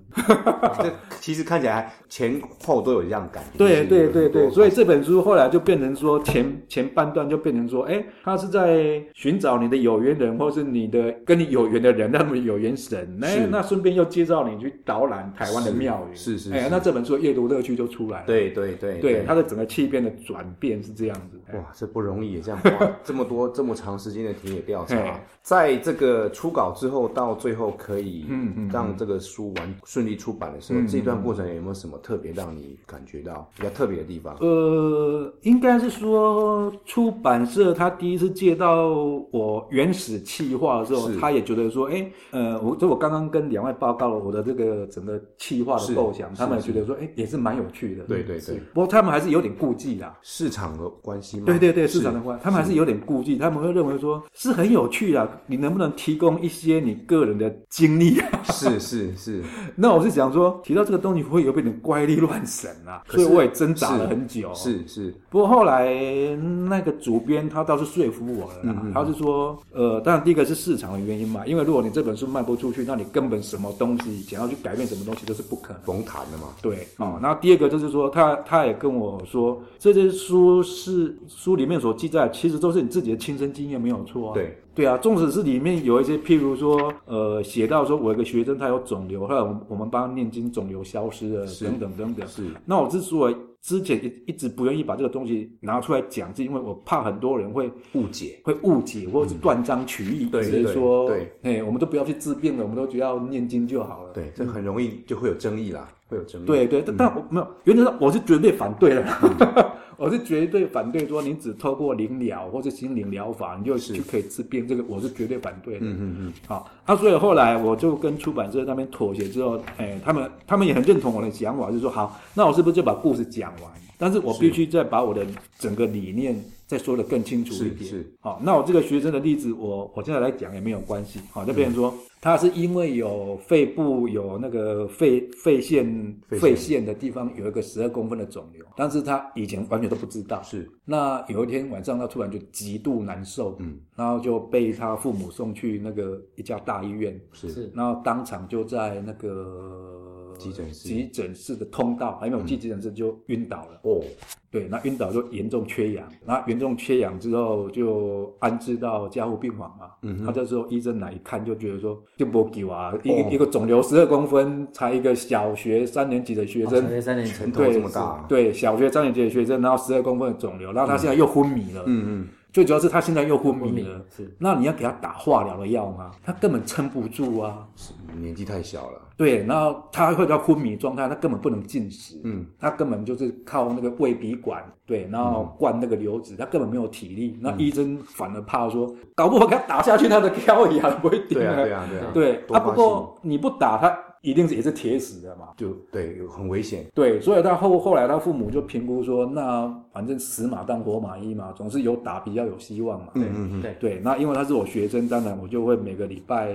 [SPEAKER 1] 这其实看起来前后都有这样感觉，
[SPEAKER 2] 对对对对，所
[SPEAKER 1] 以
[SPEAKER 2] 以这本书后来就变成说前前半段就变成说，哎，他是在寻找你的有缘人，或是你的跟你有缘的人，让他们有缘神。
[SPEAKER 1] 是
[SPEAKER 2] 哎，那顺便又介绍你去导览台湾的庙宇，
[SPEAKER 1] 是是是
[SPEAKER 2] 哎，那这本书的阅读乐趣就出来了。
[SPEAKER 1] 对对对
[SPEAKER 2] 对，它的整个气变的转变是这样子。哎
[SPEAKER 1] 哇，这不容易，这样花这么多这么长时间的田野调查
[SPEAKER 2] 嘿，
[SPEAKER 1] 在这个初稿之后到最后可以
[SPEAKER 2] 嗯嗯嗯
[SPEAKER 1] 让这个书完顺利出版的时候，
[SPEAKER 2] 嗯嗯
[SPEAKER 1] 这一段过程有没有什么特别让你感觉到比较特别的地方？
[SPEAKER 2] 呃，应该是说出版社他第一次接到我原始企划的时候
[SPEAKER 1] 是，
[SPEAKER 2] 他也觉得说，哎，呃，我这我刚刚跟两位报告了我的这个整个企划
[SPEAKER 1] 是
[SPEAKER 2] 的构想，
[SPEAKER 1] 是
[SPEAKER 2] 他们也觉得说，哎，也是蛮有趣的。
[SPEAKER 1] 对对对
[SPEAKER 2] 是不过他们还是有点顾忌啦。
[SPEAKER 1] 市场的关系吗？
[SPEAKER 2] 对对对，市场的话，他们还是有点顾忌，他们会认为说是很有趣啦，你能不能提供一些你个人的经历啊？
[SPEAKER 1] 是是是，
[SPEAKER 2] 那我是想说，提到这个东西会有点怪力乱神啊，
[SPEAKER 1] 可
[SPEAKER 2] 所
[SPEAKER 1] 是
[SPEAKER 2] 以我也挣扎
[SPEAKER 1] 是
[SPEAKER 2] 了很久。
[SPEAKER 1] 是是，
[SPEAKER 2] 不过后来那个主编他倒是说服我了
[SPEAKER 1] 嗯
[SPEAKER 2] 啦，他是说，呃，当然第一个是市场的原因嘛，因为如果你这本书卖不出去，那你根本什么东西想要去改变什么东西都是不可能。
[SPEAKER 1] 甭谈了嘛。
[SPEAKER 2] 对，哦，然后第二个就是说，他他也跟我说，这些书是书里面所记载，其实都是你自己的亲身经验，没有错啊。
[SPEAKER 1] 对，
[SPEAKER 2] 对啊，纵使是里面有一些，譬如说，呃，写到说我有一个学生他有肿瘤，后来我们我们帮他念经，肿瘤消失了，
[SPEAKER 1] 是
[SPEAKER 2] 等等等等。
[SPEAKER 1] 是
[SPEAKER 2] 那我之所以之前一一直不愿意把这个东西拿出来讲，是因为我怕很多人会
[SPEAKER 1] 误解，
[SPEAKER 2] 会误解或者是断章取义，
[SPEAKER 1] 嗯对
[SPEAKER 2] 只是说，
[SPEAKER 1] 对
[SPEAKER 2] 哎，我们都不要去治病了，我们都只要念经就好了。
[SPEAKER 1] 对，这很容易就会有争议啦，会有争议。
[SPEAKER 2] 嗯对对，但
[SPEAKER 1] 嗯
[SPEAKER 2] 但我没有，原则上我是绝对反对的， 我是绝对反对说你只透过灵疗或者心灵疗法，你就是去可以治病，这个我是绝对反对的。
[SPEAKER 1] 嗯，嗯嗯
[SPEAKER 2] 好，啊，所以后来我就跟出版社那边妥协之后，哎，他们他们也很认同我的想法，就说好，那我是不是就把故事讲完？但是我必须再把我的整个理念再说的更清楚一
[SPEAKER 1] 是
[SPEAKER 2] 点。
[SPEAKER 1] 是
[SPEAKER 2] 好，那我这个学生的例子，我我现在来讲也没有关系。好，就变
[SPEAKER 1] 嗯
[SPEAKER 2] 成说，他是因为有肺部有那个肺肺腺
[SPEAKER 1] 肺腺
[SPEAKER 2] 肺腺的地方有一个十二公分的肿瘤，但是他以前完全都不知道。
[SPEAKER 1] 是
[SPEAKER 2] 那有一天晚上，他突然就极度难受，
[SPEAKER 1] 嗯，
[SPEAKER 2] 然后就被他父母送去那个一家大医院，
[SPEAKER 1] 是
[SPEAKER 3] 是
[SPEAKER 2] 然后当场就在那个
[SPEAKER 1] 急诊室嗯
[SPEAKER 2] 急诊室的通道，还没有进急诊室就晕倒了。
[SPEAKER 1] 哦，
[SPEAKER 2] 对，那晕倒就严重缺氧，那严重缺氧之后就安置到加护病房嘛。
[SPEAKER 1] 嗯哼
[SPEAKER 2] 他这时候医生来一看，就觉得说就没救啊，一
[SPEAKER 1] 哦
[SPEAKER 2] 个一个肿瘤十二公分，才一个小学三年级的学
[SPEAKER 3] 哦小
[SPEAKER 2] 生，
[SPEAKER 3] 学三年级
[SPEAKER 1] 拳头
[SPEAKER 2] 对
[SPEAKER 1] 这么大啊，嗯
[SPEAKER 2] 对，小学三年级的学生，然后十二公分的肿瘤，然后他现在又昏迷了，
[SPEAKER 1] 嗯嗯，
[SPEAKER 2] 最主要是他现在又昏
[SPEAKER 3] 昏
[SPEAKER 2] 迷
[SPEAKER 3] 迷
[SPEAKER 2] 了。
[SPEAKER 3] 是
[SPEAKER 2] 那你要给他打化疗的药吗？他根本撑不住啊。
[SPEAKER 1] 是嗯年纪太小了，
[SPEAKER 2] 对，然后他会到昏迷状态，他根本不能进食，
[SPEAKER 1] 嗯，
[SPEAKER 2] 他根本就是靠那个胃鼻管，对，然后灌那个流质，他根本没有体
[SPEAKER 1] 嗯
[SPEAKER 2] 力。那医生反而怕说，搞不好给他打下去，他的 跳牙都不会顶
[SPEAKER 1] 对 啊
[SPEAKER 2] 了。
[SPEAKER 1] 对啊对啊，
[SPEAKER 2] 对
[SPEAKER 1] 多
[SPEAKER 2] 啊，
[SPEAKER 1] 发
[SPEAKER 2] 不过你不打他，一定是也是铁死的嘛。
[SPEAKER 1] 就对，有很危险，
[SPEAKER 2] 对，所以他后后来他父母就评估说，那反正死马当活马医嘛，总是有打比较有希望嘛。对、
[SPEAKER 1] 嗯嗯
[SPEAKER 3] 对
[SPEAKER 2] 对，那因为他是我学生，当然我就会每个礼拜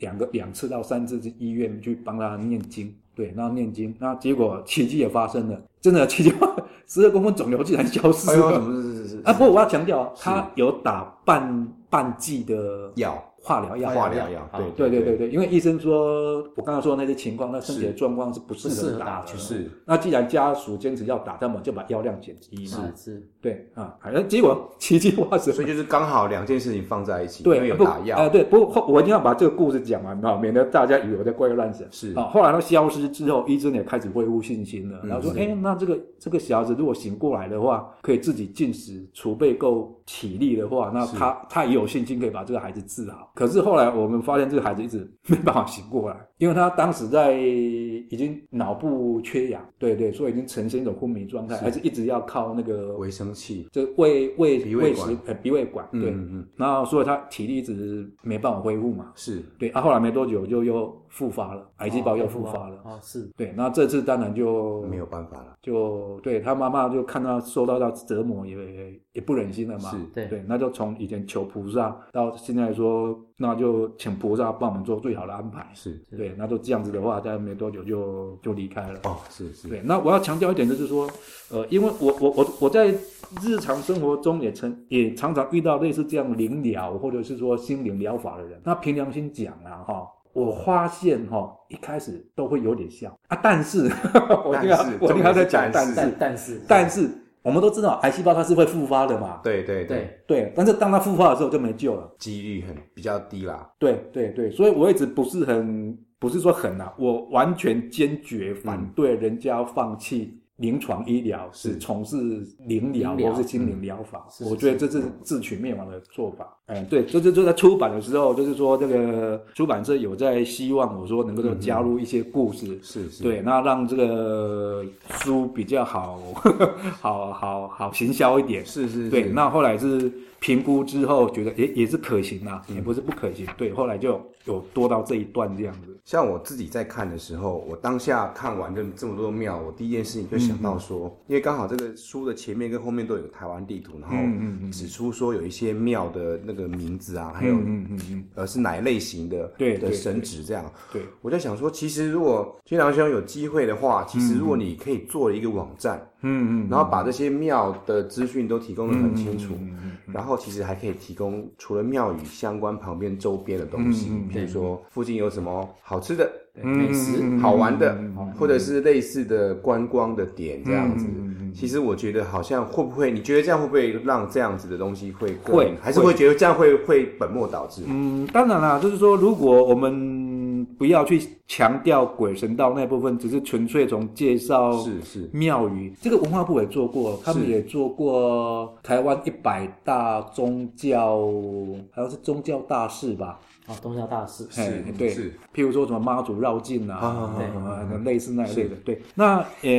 [SPEAKER 2] 两个两次到三次去医院去帮他念经。对，那念经，那结果奇迹也发生了，真的奇迹， 十二公分肿瘤竟然消失
[SPEAKER 1] 哎呦，怎
[SPEAKER 2] 了。
[SPEAKER 1] 么是是是
[SPEAKER 2] 啊，不过我要强调，
[SPEAKER 1] 是
[SPEAKER 2] 他有打半半剂的
[SPEAKER 1] 药
[SPEAKER 2] 化疗药。啊
[SPEAKER 1] 化疗药，
[SPEAKER 3] 好
[SPEAKER 1] 对
[SPEAKER 2] 对对
[SPEAKER 1] 对
[SPEAKER 2] 对对，因为医生说，我刚才说的那些情况，那身体的
[SPEAKER 1] 是
[SPEAKER 2] 状况是不适
[SPEAKER 3] 不适
[SPEAKER 2] 合
[SPEAKER 3] 合
[SPEAKER 2] 打
[SPEAKER 3] 打
[SPEAKER 2] 的。
[SPEAKER 3] 的
[SPEAKER 1] 是
[SPEAKER 2] 那既然家属坚持要打，那么就把药量减低嘛。
[SPEAKER 3] 是是，
[SPEAKER 2] 对啊，反正结果奇迹发生
[SPEAKER 1] 所。以就是刚好两件事情放在一起，因为
[SPEAKER 2] 对，
[SPEAKER 1] 有
[SPEAKER 2] 不
[SPEAKER 1] 打药，
[SPEAKER 2] 呃，对，不过后我一定要把这个故事讲完啊，免得大家以为我在怪力乱神。
[SPEAKER 1] 是嗯
[SPEAKER 2] 啊，后来他消失之后，医生也开始恢复信心了，然后说，
[SPEAKER 1] 是
[SPEAKER 2] 哎、那这个这个小孩子如果醒过来的话，可以自己进食，储备够体力的话，那
[SPEAKER 1] 是
[SPEAKER 2] 他他也有信心可以把这个孩子治好。可是后来我们发现这个孩子一直 没办法醒过来，因为他当时在已经脑部缺氧，对对，所以已经呈现一种昏迷状态，
[SPEAKER 1] 是
[SPEAKER 2] 而且一直要靠那个
[SPEAKER 1] 维生器，
[SPEAKER 2] 这胃胃
[SPEAKER 1] 鼻胃管
[SPEAKER 2] 食呃鼻胃管
[SPEAKER 1] 嗯
[SPEAKER 2] 对。
[SPEAKER 1] 嗯嗯，
[SPEAKER 2] 然后所以他体力一直没办法恢复嘛，
[SPEAKER 1] 是
[SPEAKER 2] 对，啊，后来没多久就又复发了，癌
[SPEAKER 3] 癌
[SPEAKER 2] 细胞又复发了，
[SPEAKER 3] 哦，是
[SPEAKER 2] 对，那这次当然就
[SPEAKER 1] 没有办法了，
[SPEAKER 2] 就对他妈妈就看到受到到折磨也也不忍心了嘛，
[SPEAKER 1] 是
[SPEAKER 3] 对
[SPEAKER 2] 对，那就从以前求菩萨到现在说，那就请菩萨帮我们做最好的安排，
[SPEAKER 1] 是
[SPEAKER 3] 是
[SPEAKER 2] 对，那就这样子的话，大概没多久就就离开了。
[SPEAKER 1] 哦，是是，
[SPEAKER 2] 对，那我要强调一点就是说，呃，因为我我我我在日常生活中也曾也常常遇到类似这样灵疗或者是说心灵疗法的人，那凭良心讲啊，哈、我发现哈、一开始都会有点像啊，但是 我一定要
[SPEAKER 1] 但是
[SPEAKER 2] 我一定要再
[SPEAKER 1] 重点
[SPEAKER 2] 讲
[SPEAKER 1] 是是
[SPEAKER 2] 但是
[SPEAKER 3] 但但是
[SPEAKER 2] 但是我们都知道癌细胞它是会复发的嘛，
[SPEAKER 1] 对对对，
[SPEAKER 3] 对
[SPEAKER 2] 对，但是当它复发的时候就没救了。
[SPEAKER 1] 几率很比较低啦，
[SPEAKER 2] 对对对，所以我一直不是很，不是说很啊，我完全坚决反对人家放弃临床医疗，
[SPEAKER 1] 是
[SPEAKER 2] 是从事灵疗
[SPEAKER 3] 灵疗
[SPEAKER 2] 或是心灵疗法。
[SPEAKER 3] 是是
[SPEAKER 2] 我觉得这是自取灭亡的做法。嗯，对，这这就在出版的时候，就是说这个出版社有在希望我说能够加入一些故事。
[SPEAKER 1] 是是，
[SPEAKER 2] 对，那让这个书比较好， 好好好行销一点。
[SPEAKER 1] 是是，
[SPEAKER 2] 对，
[SPEAKER 1] 是
[SPEAKER 2] 那后来是评估之后觉得也也是可行啦、也不是不可行。对，后来就有多到这一段这样子。
[SPEAKER 1] 像我自己在看的时候，我当下看完这这么多庙，我第一件事情就想
[SPEAKER 2] 嗯
[SPEAKER 1] 到说，因为刚好这个书的前面跟后面都有台湾地图，然
[SPEAKER 2] 嗯
[SPEAKER 1] 后指出说有一些庙的那个名字啊，还有、
[SPEAKER 2] 嗯嗯嗯，
[SPEAKER 1] 呃是哪一类型的
[SPEAKER 2] 对
[SPEAKER 1] 的
[SPEAKER 2] 对
[SPEAKER 1] 神职这样。
[SPEAKER 2] 对，
[SPEAKER 1] 我在想说，其实如果金良兄有机会的话，其实如果你可以做一个网站，
[SPEAKER 2] 嗯嗯，
[SPEAKER 1] 然后把这些庙的资讯都提供得很清楚，
[SPEAKER 2] 嗯嗯
[SPEAKER 1] 然后其实还可以提供除了庙宇相关旁边周边的东西，
[SPEAKER 2] 嗯嗯
[SPEAKER 1] 比如说附近有什么好吃的、
[SPEAKER 3] 对美食
[SPEAKER 2] 嗯
[SPEAKER 1] 好玩的，
[SPEAKER 2] 嗯
[SPEAKER 1] 或者是类似的观光的点这样子。
[SPEAKER 2] 嗯嗯
[SPEAKER 1] 其实我觉得好像会不会？你觉得这样会不会让这样子的东西会更
[SPEAKER 2] 会
[SPEAKER 1] 还是会觉得这样会会本末倒置？
[SPEAKER 2] 嗯，当然啦，就是说，如果我们不要去强调鬼神道那部分，只是纯粹从介绍
[SPEAKER 1] 是是
[SPEAKER 2] 庙宇，这个文化部也做过，他们
[SPEAKER 1] 是
[SPEAKER 2] 也做过台湾一百大宗教，好像是宗教大事吧。
[SPEAKER 3] 哦，宗教大师
[SPEAKER 2] 哎
[SPEAKER 1] 是
[SPEAKER 2] 对
[SPEAKER 1] 是，
[SPEAKER 2] 譬如说什么妈祖绕境
[SPEAKER 1] 啊啊
[SPEAKER 2] 啊，
[SPEAKER 1] 啊
[SPEAKER 3] 啊
[SPEAKER 2] 啊类似那一类的。对，那呃，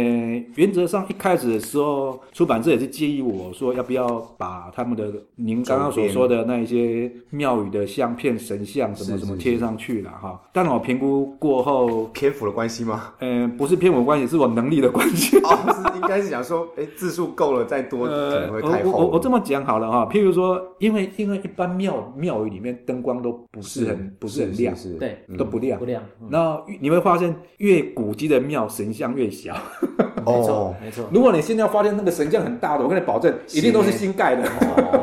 [SPEAKER 2] 原则上一开始的时候，出版社也是建议我说，要不要把他们的您刚刚所说的那一些庙宇的相片、神像什么
[SPEAKER 1] 是
[SPEAKER 2] 什么
[SPEAKER 1] 是
[SPEAKER 2] 贴上去了哈。当然，我评估过后，
[SPEAKER 1] 篇幅的关系 吗？
[SPEAKER 2] 嗯、不是偏我关系，是我能力的关系。
[SPEAKER 1] 哦，是应该是想说，哎，字数够了再多哦可
[SPEAKER 2] 呃
[SPEAKER 1] 能会，
[SPEAKER 2] 我
[SPEAKER 1] 太
[SPEAKER 2] 我
[SPEAKER 1] 厚
[SPEAKER 2] 我
[SPEAKER 1] 了。
[SPEAKER 2] 我这么讲好了哈，譬如说，因为因为一般庙庙宇里面灯光都不是很不是很亮，
[SPEAKER 1] 是是
[SPEAKER 3] 对
[SPEAKER 2] 都不亮
[SPEAKER 3] 不。亮，嗯
[SPEAKER 2] 然后你会发现，越古迹的庙神像越小。
[SPEAKER 3] 没
[SPEAKER 1] 哦
[SPEAKER 3] 错，没错，
[SPEAKER 2] 如果你现在发现那个神像很大的，我跟你保证，一定都是新盖的。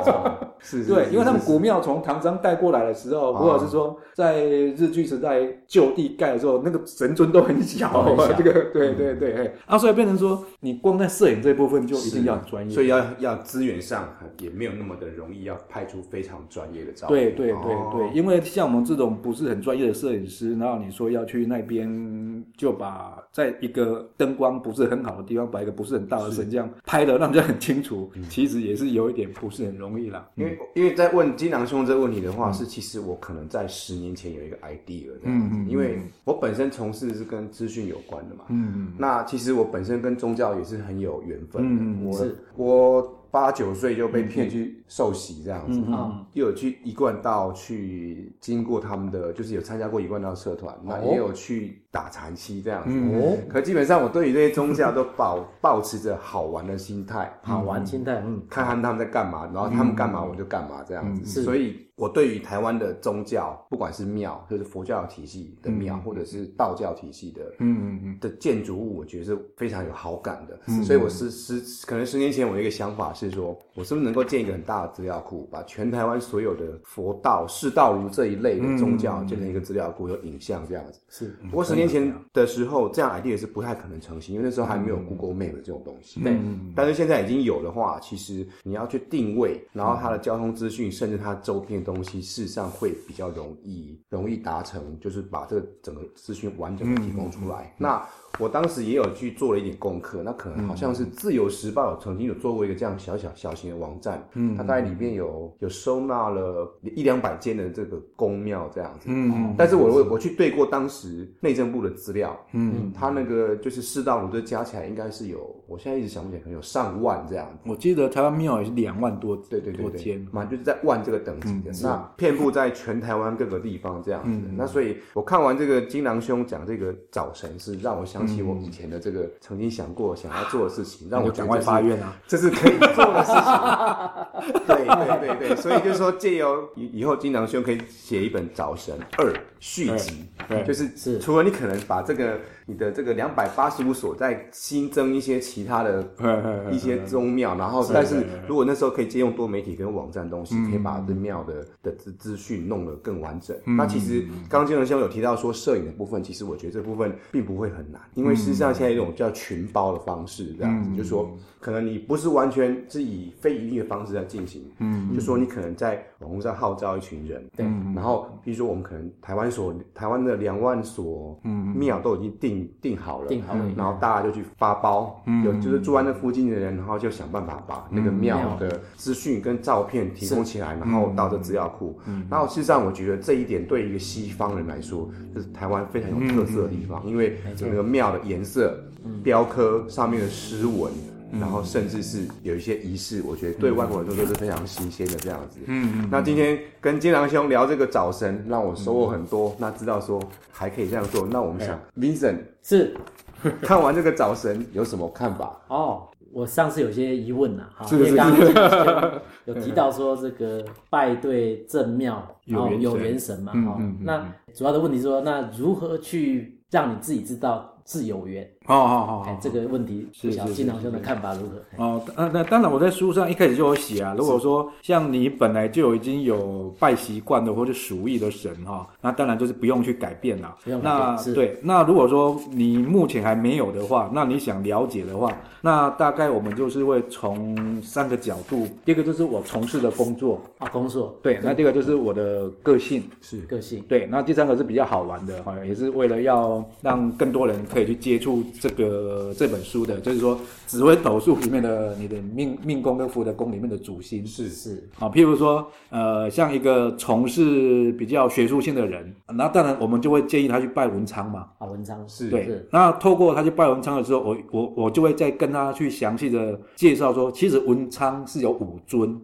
[SPEAKER 1] 是是
[SPEAKER 2] 对，
[SPEAKER 1] 是
[SPEAKER 2] 因为他们
[SPEAKER 1] 哦是
[SPEAKER 2] 古庙从唐山带过来的时候，
[SPEAKER 1] 啊
[SPEAKER 2] 或者是说在日据时代就地盖的时候，那个神尊都很小啊
[SPEAKER 3] 都
[SPEAKER 1] 哦
[SPEAKER 3] 很。小
[SPEAKER 2] 这个对对对，嘿啊，所以变成说，你光在摄影这部分就一定要很专业。
[SPEAKER 1] 所以要要资源上也没有那么的容易，要拍出非常专业的照片。
[SPEAKER 2] 对对对
[SPEAKER 1] 哦
[SPEAKER 2] 对，因为像我们这种不是很专业的摄影师，然后你说要去那边，就把在一个灯光不是很好的地方，把一个不是很大的神像拍的让人家很清楚，其实也是有一点不是很容易啦。
[SPEAKER 1] 嗯因为因为在问金良兄这个问题的话，是其实我可能在十年前有一个 idea 这样子，
[SPEAKER 2] 嗯嗯嗯嗯
[SPEAKER 1] 因为我本身从事是跟资讯有关的嘛。
[SPEAKER 2] 嗯
[SPEAKER 1] 那其实我本身跟宗教也是很有缘分的，
[SPEAKER 2] 嗯嗯
[SPEAKER 1] 我
[SPEAKER 3] 是
[SPEAKER 1] 我八九岁就被骗去受洗这样子，
[SPEAKER 2] 嗯
[SPEAKER 3] 啊，
[SPEAKER 1] 又有去一贯道去经过他们的，就是有参加过一贯道社团，那也有去打禅期这样子。
[SPEAKER 2] 哦嗯
[SPEAKER 1] 哦，可基本上我对于这些宗教都保保持着好玩的心态，
[SPEAKER 3] 好玩心态，嗯，
[SPEAKER 1] 看看他们在干嘛，然后他们干嘛我就干嘛这样子。
[SPEAKER 2] 嗯
[SPEAKER 3] 是
[SPEAKER 1] 所以我对于台湾的宗教，不管是庙，就是佛教体系的庙，或者是道教体系的
[SPEAKER 2] 嗯嗯嗯
[SPEAKER 1] 的建筑物，我觉得是非常有好感的。所以我是十可能十年前我有一个想法是说，我是不是能够建一个很大的资料库，把全台湾所有的佛道、释道儒这一类
[SPEAKER 2] 嗯
[SPEAKER 1] 的宗教建成一个资料库，有影像这样子。
[SPEAKER 3] 是
[SPEAKER 1] 不过十年前的时候，这样 idea 是不太可能成型，因为那时候还没
[SPEAKER 2] 嗯
[SPEAKER 1] 有 Google Map 这种东西。
[SPEAKER 3] 对
[SPEAKER 1] 但是现在已经有的话，其实你要去定位，然后它的交通资讯，甚至它周边的东西，事实上会比较容易容易达成，就是把这个整个资讯完整的提供出来。那我当时也有去做了一点功课，那可能好像是《自由时报》有曾经有做过一个这样小小小型的网站，嗯，它大概里面有有收纳了一两百间的这个宫庙这样子，
[SPEAKER 2] 嗯
[SPEAKER 1] 但是我我我去对过当时内政部的资料，嗯，他那个就是四道炉这加起来应该是有，我现在一直想不起来，可能有上万这样子。
[SPEAKER 2] 我记得台湾庙也是两万多，
[SPEAKER 1] 对对对
[SPEAKER 2] 多
[SPEAKER 1] 对
[SPEAKER 2] 间，，
[SPEAKER 1] 嘛就是在万这个等级
[SPEAKER 2] 嗯
[SPEAKER 1] 的，那遍布在全台湾各个地方这样子的。那所以我看完这个金狼兄讲这个早神，是让我想起我以前的这个曾经想过想要做的事情，让我
[SPEAKER 2] 那
[SPEAKER 1] 觉
[SPEAKER 2] 就
[SPEAKER 1] 得这是
[SPEAKER 2] 嗯赶快发 愿啊！
[SPEAKER 1] 这是可以做的事情。对对对对，所以就是说，借由以以后金良兄可以写一本《早神二》续集，
[SPEAKER 2] 对对
[SPEAKER 1] 就是
[SPEAKER 3] 是
[SPEAKER 1] 除了你可能把这个你的这个两百八十五所再新增一些其他的一些宗庙，然后但嗯是如果那时候可以借用多媒体跟网站东西，可以把这庙的的资资讯弄得更完整。那其实刚刚金融兄有提到说摄影的部分，其实我觉得这部分并不会很难，因为事实上现在有一种叫群包的方式，这样子，就是说可能你不是完全是以非盈利的方式在进行，嗯，就说你可能在网络上号召一群人，
[SPEAKER 3] 对
[SPEAKER 1] 然后比如说我们可能台湾所台湾的两万所庙都已经定定好了，
[SPEAKER 3] 定好了
[SPEAKER 1] 然后大家就去发包，有就是住在那附近的人，然后就想办法把那个嗯庙嗯的资讯跟照片提供起来，然后到这资料库。然后事实上，我觉得这一点对一个西方人来说，这是台湾非常有特色的地方，因为那个庙的颜色、雕刻上面的诗文。然后甚至是有一些仪式，我觉得对外国人来说都是非常新鲜的这样子。嗯，那今天跟金良兄聊这个早晨，让我收获很多。那知道说还可以这样做，那我们想，Vincent
[SPEAKER 3] 是
[SPEAKER 1] 看完这个早神有什么看 法？
[SPEAKER 3] 哦。我上次有些疑问呐，哈，
[SPEAKER 2] 是
[SPEAKER 3] 因
[SPEAKER 2] 是
[SPEAKER 3] 为刚刚有提 到说这个拜对正庙，然
[SPEAKER 2] 有
[SPEAKER 3] 后
[SPEAKER 2] 元神
[SPEAKER 3] 有元神嘛，
[SPEAKER 2] 嗯
[SPEAKER 3] 哦
[SPEAKER 2] 嗯嗯，
[SPEAKER 3] 那主要的问题是说，那如何去让你自己知道是有缘？
[SPEAKER 2] 哦哦
[SPEAKER 3] 哎
[SPEAKER 2] 哦，，
[SPEAKER 3] 这个问题，
[SPEAKER 2] 是
[SPEAKER 3] 不晓得
[SPEAKER 2] 是
[SPEAKER 3] 金良兄的看法如何？哎
[SPEAKER 2] 哦，那那当然，我在书上一开始就有写啊。如果说像你本来就已经有拜习惯的或者属意的神哈、那当然就是不用去改变啦
[SPEAKER 3] 不用。改变
[SPEAKER 2] 那
[SPEAKER 3] 是
[SPEAKER 2] 对，那如果说你目前还没有的话，那你想了解的话，那大概我们就是会从三个角度，第一个就是我从事的工作，
[SPEAKER 3] 啊，工作
[SPEAKER 2] 对，那第二个就是我的个性，
[SPEAKER 3] 个性
[SPEAKER 2] 对，那第三个是比较好玩的，哈，也是为了要让更多人可以去接触这个这本书的，就是说紫微斗数里面的你的命命宫跟福德宫里面的主星是。
[SPEAKER 3] 是
[SPEAKER 2] 好，譬如说，呃，像一个从事比较学术性的人，那当然我们就会建议他去拜文昌嘛。
[SPEAKER 3] 啊，文章
[SPEAKER 1] 是
[SPEAKER 2] 对
[SPEAKER 3] 是，
[SPEAKER 2] 那透过他去拜文昌的时候，我我我就会再跟他去详细的介绍说，其实文昌是有五尊，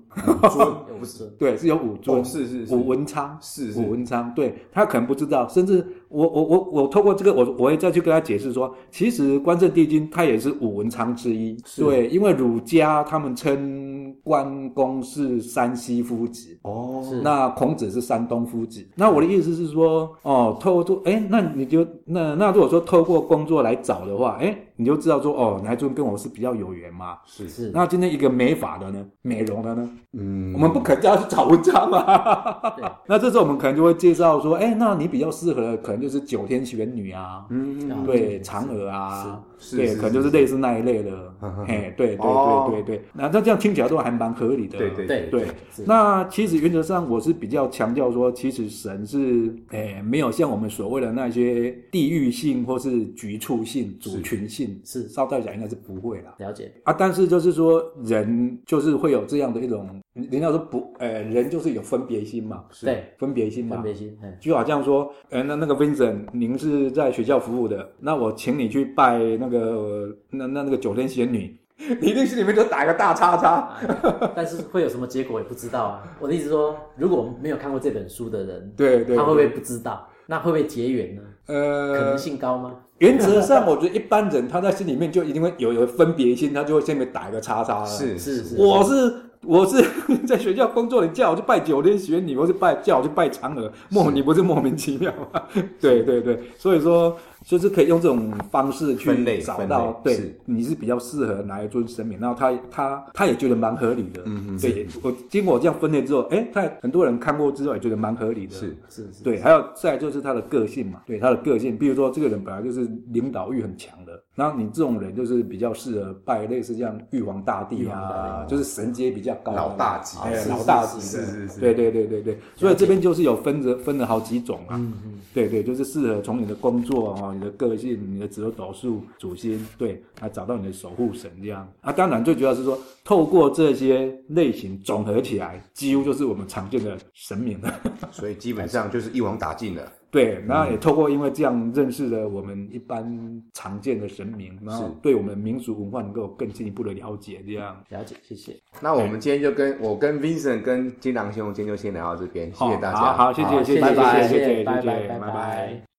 [SPEAKER 1] 说
[SPEAKER 3] 有不是
[SPEAKER 2] 对，是有五尊，
[SPEAKER 1] 哦是是是
[SPEAKER 2] 武文昌，
[SPEAKER 1] 是是
[SPEAKER 2] 武文昌，对他可能不知道，甚至我我我我透过这个，我我会再去跟他解释说，其实关圣帝君他也是武文昌之一，对，因为儒家他们称关公是山西夫子，
[SPEAKER 1] 哦，
[SPEAKER 3] 是
[SPEAKER 2] 那孔子是啊山东夫子。那我的意思是说，哦，透过哎，那你就那那如果说透过工作来找的话，哎，你就知道说，哦，南尊跟我是比较有缘嘛。
[SPEAKER 1] 是
[SPEAKER 3] 是
[SPEAKER 2] 那今天一个美发的呢，美容的呢，
[SPEAKER 1] 嗯
[SPEAKER 2] 我们不可能叫他去找文章啊
[SPEAKER 3] 对。
[SPEAKER 2] 那这时候我们可能就会介绍说，哎，那你比较适合的可能就是九天玄女啊，
[SPEAKER 1] 嗯
[SPEAKER 3] 啊
[SPEAKER 2] 对，嫦娥啊，
[SPEAKER 1] 是是
[SPEAKER 2] 对，
[SPEAKER 1] 是
[SPEAKER 2] 可能就是类似那一类的
[SPEAKER 1] 嗯嗯，
[SPEAKER 2] 嘿，对对
[SPEAKER 1] 哦
[SPEAKER 2] 对对对。那那这样听起来都还蛮合理的，
[SPEAKER 1] 对对
[SPEAKER 3] 对
[SPEAKER 2] 对
[SPEAKER 3] 是
[SPEAKER 2] 那其实原则上我是比较强调说，其实神是诶、没有像我们所谓的那些地域性或是局处性、族群性，
[SPEAKER 3] 是
[SPEAKER 2] 稍带讲应该是不会啦。
[SPEAKER 3] 了解，
[SPEAKER 2] 啊，但是就是说人就是会有这样的一种，人家说不，呃，人就是有分别心嘛，
[SPEAKER 1] 是
[SPEAKER 3] 对，
[SPEAKER 2] 分别心嘛，
[SPEAKER 3] 分别心，嗯，
[SPEAKER 2] 就好像说，呃，那那个 Vincent，您是在学校服务的，那我请你去拜那个那那那个九天仙女， 你一定心里面就打个大叉叉。啊
[SPEAKER 3] 但是会有什么结果也不知道啊。我的意思说，如果没有看过这本书的人，
[SPEAKER 2] 对对，
[SPEAKER 3] 他会不
[SPEAKER 2] 对
[SPEAKER 3] 会不知道？那会不会结缘呢？可
[SPEAKER 2] 呃
[SPEAKER 3] 能，性高吗？
[SPEAKER 2] 原则上我觉得一般人他在心里面就一定会有有分别心，他就会先给打一个叉叉了。
[SPEAKER 1] 是
[SPEAKER 3] 是是
[SPEAKER 2] 我是我是 在学校工作，你叫我去拜九天玄女，或是拜叫我去拜嫦娥，莫
[SPEAKER 1] 是
[SPEAKER 2] 你不是莫名其妙吗？对对对，所以说就是可以用这种方式
[SPEAKER 1] 分类
[SPEAKER 2] 去找到
[SPEAKER 1] 分类
[SPEAKER 2] 对
[SPEAKER 1] 是
[SPEAKER 2] 你是比较适合哪一尊神明，然后他他他也觉得蛮合理的，嗯对我经过我这样分类之后，哎，他很多人看过之后也觉得蛮合理的，
[SPEAKER 1] 是
[SPEAKER 3] 是是，
[SPEAKER 2] 对，还有再来就是他的个性嘛，对他的个性，比如说这个人本来就是领导欲很强的，然后你这种人就是比较适合拜类似像玉皇大帝
[SPEAKER 3] 玉皇大
[SPEAKER 2] 啊，就是神阶比较高的
[SPEAKER 1] 老大级
[SPEAKER 2] 哎
[SPEAKER 1] 是
[SPEAKER 2] 老
[SPEAKER 3] 是
[SPEAKER 2] 大
[SPEAKER 3] 是
[SPEAKER 2] 级
[SPEAKER 1] 是
[SPEAKER 2] 的
[SPEAKER 1] 是是
[SPEAKER 2] 对对对对对，所以这边就是有分着分了好几种啊，对对，就是适合从你的工作啊哈、你的个性、你的紫微斗数、主星，对，来找到你的守护神这样啊。当然最主要是说，透过这些类型总合起来，几乎就是我们常见的神明了。
[SPEAKER 1] 所以基本上就是一网打尽了。
[SPEAKER 2] 对，然后也透过因为这样认识了我们一般常见的神明，然后对我们民族文化能够更进一步的了解，这样。
[SPEAKER 3] 了解，谢谢。
[SPEAKER 1] 那我们今天就跟我跟 Vincent 跟金狼兄今天就先聊到这边，谢谢大家，
[SPEAKER 2] 好好，谢谢，谢谢，
[SPEAKER 3] 拜
[SPEAKER 2] 谢谢，
[SPEAKER 3] 拜，
[SPEAKER 2] 谢谢，
[SPEAKER 3] 拜
[SPEAKER 2] 谢
[SPEAKER 3] 拜，
[SPEAKER 2] 谢，拜
[SPEAKER 3] 拜。